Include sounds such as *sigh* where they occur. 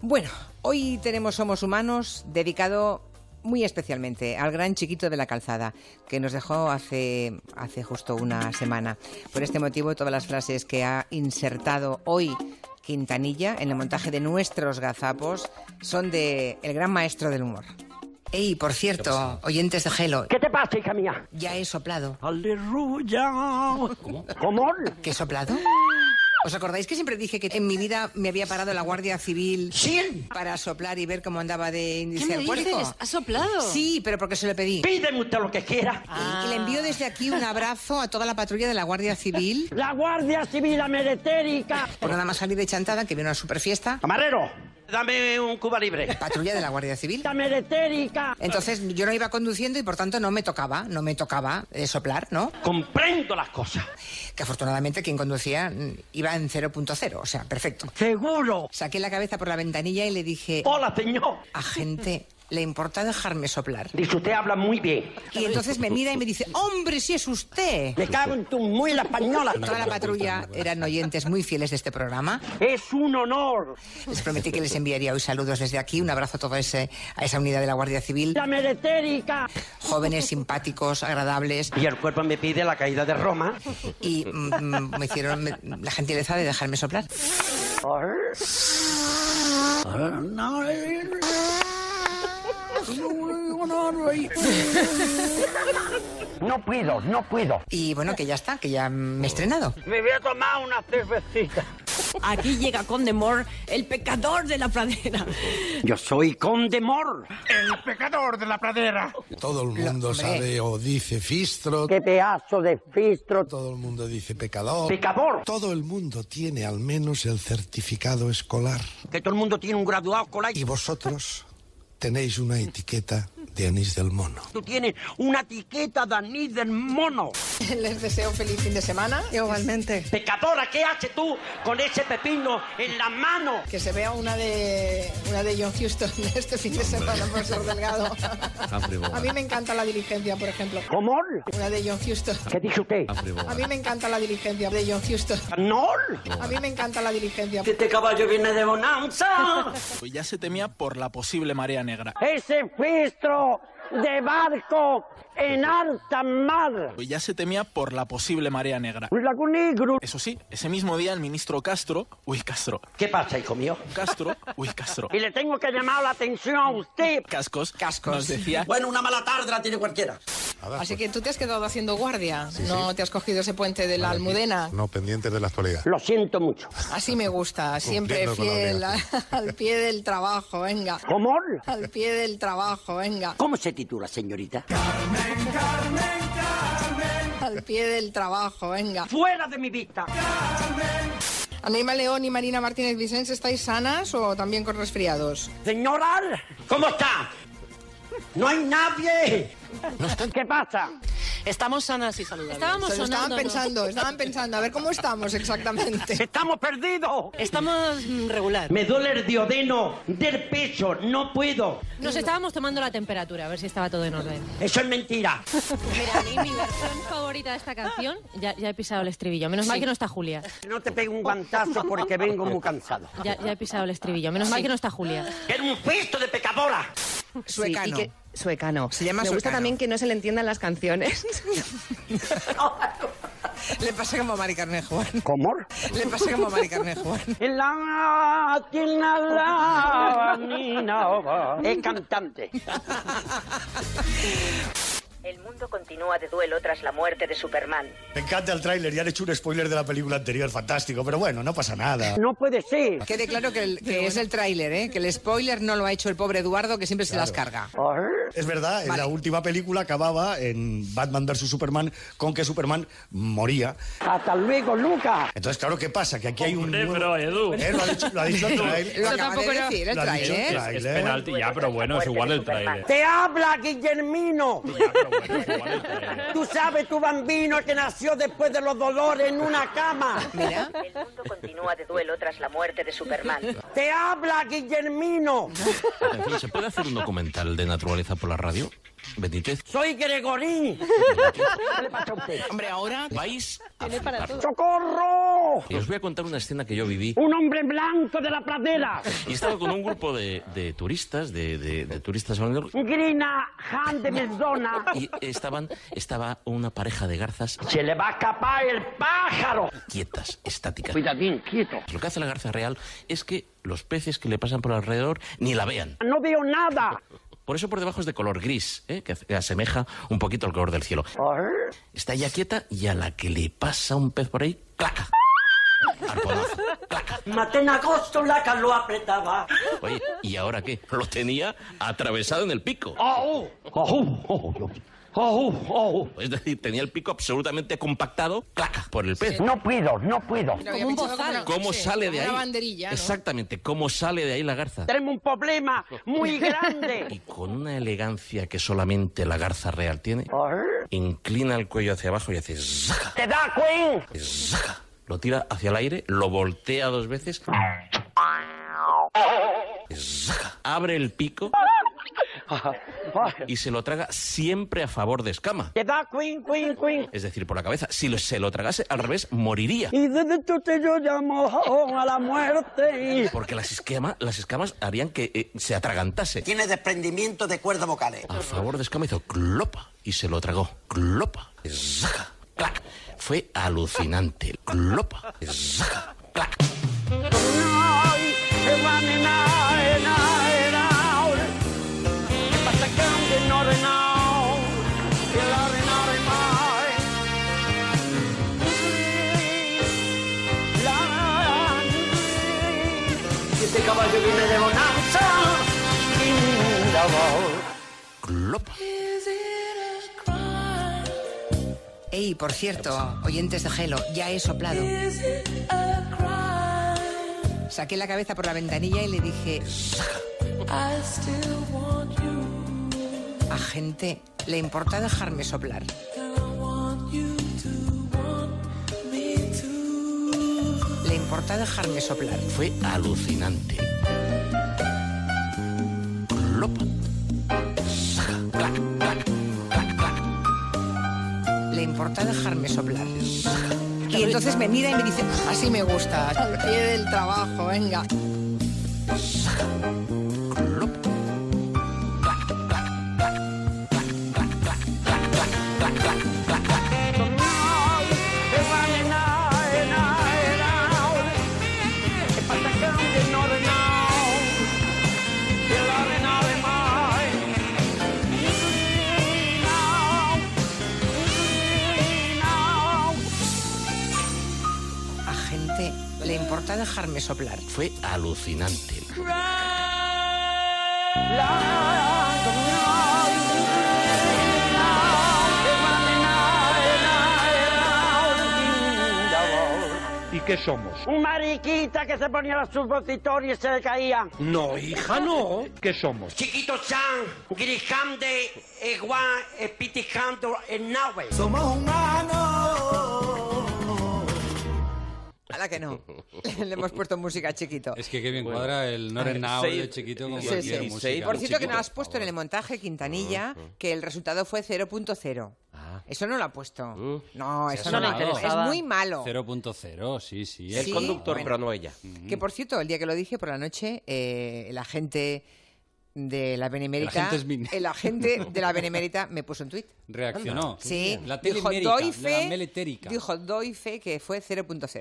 Bueno, hoy tenemos Somos Humanos dedicado muy especialmente al gran chiquito de la calzada que nos dejó hace, hace justo una semana. Por este motivo, todas las frases que ha insertado hoy Quintanilla en el montaje de nuestros gazapos son de el gran maestro del humor. Ey, por cierto, oyentes de Gelo, ¿Qué te pasa, hija mía? ya he soplado. Aleluya. ¿Cómo? ¿Cómo? ¿Qué he soplado? ¿Os acordáis que siempre dije que en mi vida me había parado la Guardia Civil Sí. para soplar y ver cómo andaba de ¿Qué índice me al puerco? dices? ¿Has soplado? Sí, pero porque se lo pedí. Pídeme usted lo que quiera. Y- Y le envío desde aquí un abrazo a toda la patrulla de la Guardia Civil. *laughs* La Guardia Civil Ameritérica. Por nada más salir de chantada, que viene una super fiesta. Camarero, dame un Cuba Libre. Patrulla de la Guardia Civil. Ameritérica. Entonces yo no iba conduciendo y por tanto no me tocaba, no me tocaba eh, soplar, ¿no? Comprendo las cosas. Que afortunadamente quien conducía mm, iba en 0.0, o sea, perfecto. Seguro. Saqué la cabeza por la ventanilla y le dije, Hola, señor. agente, ¿le importa dejarme soplar? Dice, usted habla muy bien. Y entonces me mira y me dice, hombre, si es usted. Me cago en tu muy la española. Toda la patrulla eran oyentes muy fieles de este programa. Es un honor. Les prometí que les enviaría hoy saludos desde aquí. Un abrazo a toda eh, ese, a esa unidad de la Guardia Civil. Meretérica. Jóvenes, simpáticos, agradables. Y el cuerpo me pide la caída de Roma. Y mm, me hicieron me- la gentileza de dejarme soplar. No puedo, no puedo. Y bueno, que ya está, que ya me he estrenado. Me voy a tomar una cervecita. Aquí llega con demor el pecador de la pradera. Yo soy Conde Mor. Todo el mundo hombre. sabe o dice fistro, Qué pedazo de fistro. todo el mundo dice pecador. Pecador. todo el mundo tiene al menos el certificado escolar Que todo el mundo tiene un graduado escolar. y vosotros tenéis una etiqueta de anís del mono. Tú tienes una etiqueta de anís del mono. *laughs* Les deseo feliz fin de semana. Igualmente. Pecadora, ¿qué haces tú con ese pepino en la mano? Que se vea una de una de John Houston *laughs* este fin de semana por ser delgado. *laughs* A ¿eh? mí me encanta la diligencia, por ejemplo. ¿Cómo? Una de John Houston. ¿eh? ¿Qué dice usted? A mí me encanta la diligencia de John Houston. No. A mí me encanta la diligencia. Este caballo viene de bonanza. Y ya se temía por la posible marea negra. *laughs* Ese fistro de barco en alta mar. Y ya se temía por la posible marea negra. Un lago negro. Eso sí, ese mismo día el ministro Castro, uy Castro, ¿Qué pasa, hijo mío? Castro, uy *laughs* Castro, Y le tengo que llamar la atención a usted. cascos, Cascos. nos decía Bueno, una mala tarde la tiene cualquiera. Así que tú te has quedado haciendo guardia. no te has cogido ese puente de la almudena. No, pendientes de la actualidad. Lo siento mucho. Así me *laughs* gusta. Siempre Cumpliendo con fiel a- la *laughs* obligación. al pie del trabajo, *laughs* venga. ¿Cómo? Al pie del trabajo, venga. ¿Cómo se titula, señorita? Al pie del trabajo, venga. Fuera de mi vista. Anima León y Marina Martínez Vicens, ¿estáis sanas o también con resfriados? Señora, ¿cómo está? No hay nadie. ¿Qué pasa? Estamos sanas y saludables. Estábamos Se lo estaban sonando. ¿no? pensando, estaban pensando, a ver cómo estamos *laughs* exactamente. Estamos perdidos. Estamos mm, regular. Me duele el diodeno del pecho, no puedo. Nos estábamos tomando la temperatura, a ver si estaba todo en orden. Eso es mentira. Mira, a mí mi versión favorita de esta canción, ya, ya he pisado el estribillo. Menos mal que no está Julia. No te pegue un guantazo porque vengo muy cansado. Ya, ya he pisado el estribillo. Menos mal que no está Julia. Era un festo de pecadora. Suecano. Sí, y que- suecano. Se llama Me gusta suecano. también que no se le entiendan las canciones. *laughs* Le pasa como a Mari Carmen Juan. ¿Cómo? Le pasa como a Mari Carmen Juan. En la tienda la mina Es cantante. El mundo continúa de duelo tras la muerte de Superman. Me encanta el tráiler, ya han hecho un spoiler de la película anterior, fantástico, pero bueno, no pasa nada. No puede ser. Quede claro que, el- que es el tráiler, ¿eh? que el spoiler no lo ha hecho el pobre Eduardo, que siempre se las carga. Es verdad, en la última película acababa en Batman vs. Superman con que Superman moría. Hasta luego, Luca. Entonces, claro, ¿qué pasa? Que aquí hay un... nuevo- Eh, lo ha dicho, lo ha dicho el tráiler. Lo acaba de decir el Lo ha dicho el tráiler. tráiler. ya, pero bueno, es igual el trailer. Te habla *laughs* Guillermino. Tú sabes, tu bambino que nació después de los dolores en una cama. Mira, El mundo continúa de duelo tras la muerte de Superman. Te habla Guillermino. ¿se puede hacer un documental de naturaleza por la radio? Benítez. Soy Gregorín. ¿Qué le pasa a usted? Hombre, ahora vais a ¡Socorro! yo. Y os voy a contar una escena que yo viví. Un hombre blanco de la pradera. Y estaba con un grupo de, de turistas, de, de- de turistas holandeses, Grina Han de Mendona. y estaban, estaba una pareja de garzas Se le va a escapar el pájaro. quietas, estáticas. Cuidadín, quieto. Lo que hace la garza real es que los peces que le pasan por alrededor ni la vean. No veo nada. Por eso por debajo es de color gris, ¿eh? que hace- que asemeja un poquito al color del cielo. Está ya quieta y a la que le pasa un pez por ahí, ¡claca! Arponazo. Maté en agosto la que lo apretaba. Oye, ¿y ahora qué? Lo tenía atravesado en el pico. Oh, Es decir, tenía el pico absolutamente compactado, ¡claca! Por el pez. No puedo, no puedo. Como un bozal. ¿Cómo Sí, sale como de ahí? Una banderilla. ¿no? Exactamente, ¿cómo sale de ahí la garza? Tenemos un problema *laughs* muy grande. Y con una elegancia que solamente la garza real tiene, inclina el cuello hacia abajo y hace ¡zaca! ¡Te da, Queen! ¡zaca! Lo tira hacia el aire, lo voltea dos veces, ¡zaca! abre el pico y se lo traga siempre a favor de escama. ¡Te da, Queen, Queen, Queen! Es decir, por la cabeza. Si lo- se lo tragase al revés, moriría. Y desde tú te yo llamo a la muerte. Porque las, esquema- las escamas harían que eh, se atragantase. Tiene desprendimiento de eh. cuerdas vocales. A favor de escama hizo clopa y se lo tragó. Clopa. ¡zaca! ¡clac! Fue alucinante. Clopa. ¡zaca! ¡clac! Este caballo viene de bonanza. Clopa. Ey, por cierto, oyentes de gelo, ya he soplado. Saqué la cabeza por la ventanilla y le dije, A gente le importa dejarme soplar. Le importa dejarme soplar. Fue alucinante. Clopa. ¡zaca! ¡clac! ¡clac! ¡clac! ¡clac! Le importa dejarme soplar. Y entonces me mira y me dice, Así me gusta. Al pie del trabajo, venga. a gente le importa dejarme soplar. Fue alucinante. ¿Y qué somos? Un mariquita que se ponía los supositorios y se le caían. No, hija, no. ¿Qué somos? Chiquito Chan, Grijande, Eguán, Espiticando, Nahue. Somos humanos. A la que no. Le hemos puesto música chiquito. Es que qué bien cuadra el no eres nada de chiquito con Sí, cualquier sí. música. Por cierto, que no no has puesto en el montaje, Quintanilla, que el resultado fue 0.0. Eso no lo ha puesto. No, eso no, lo ha puesto. Es muy malo. 0.0, sí, sí. El Sí, conductor, bueno. pero no ella. Que por cierto, el día que lo dije por la noche, eh, el agente de la El Benemérita, agente es min- el *laughs* agente de la Benemérita me puso un tuit. Reaccionó. Sí, La dijo, telemérica, doy la fe, meletérica. dijo, doy fe que fue 0.0.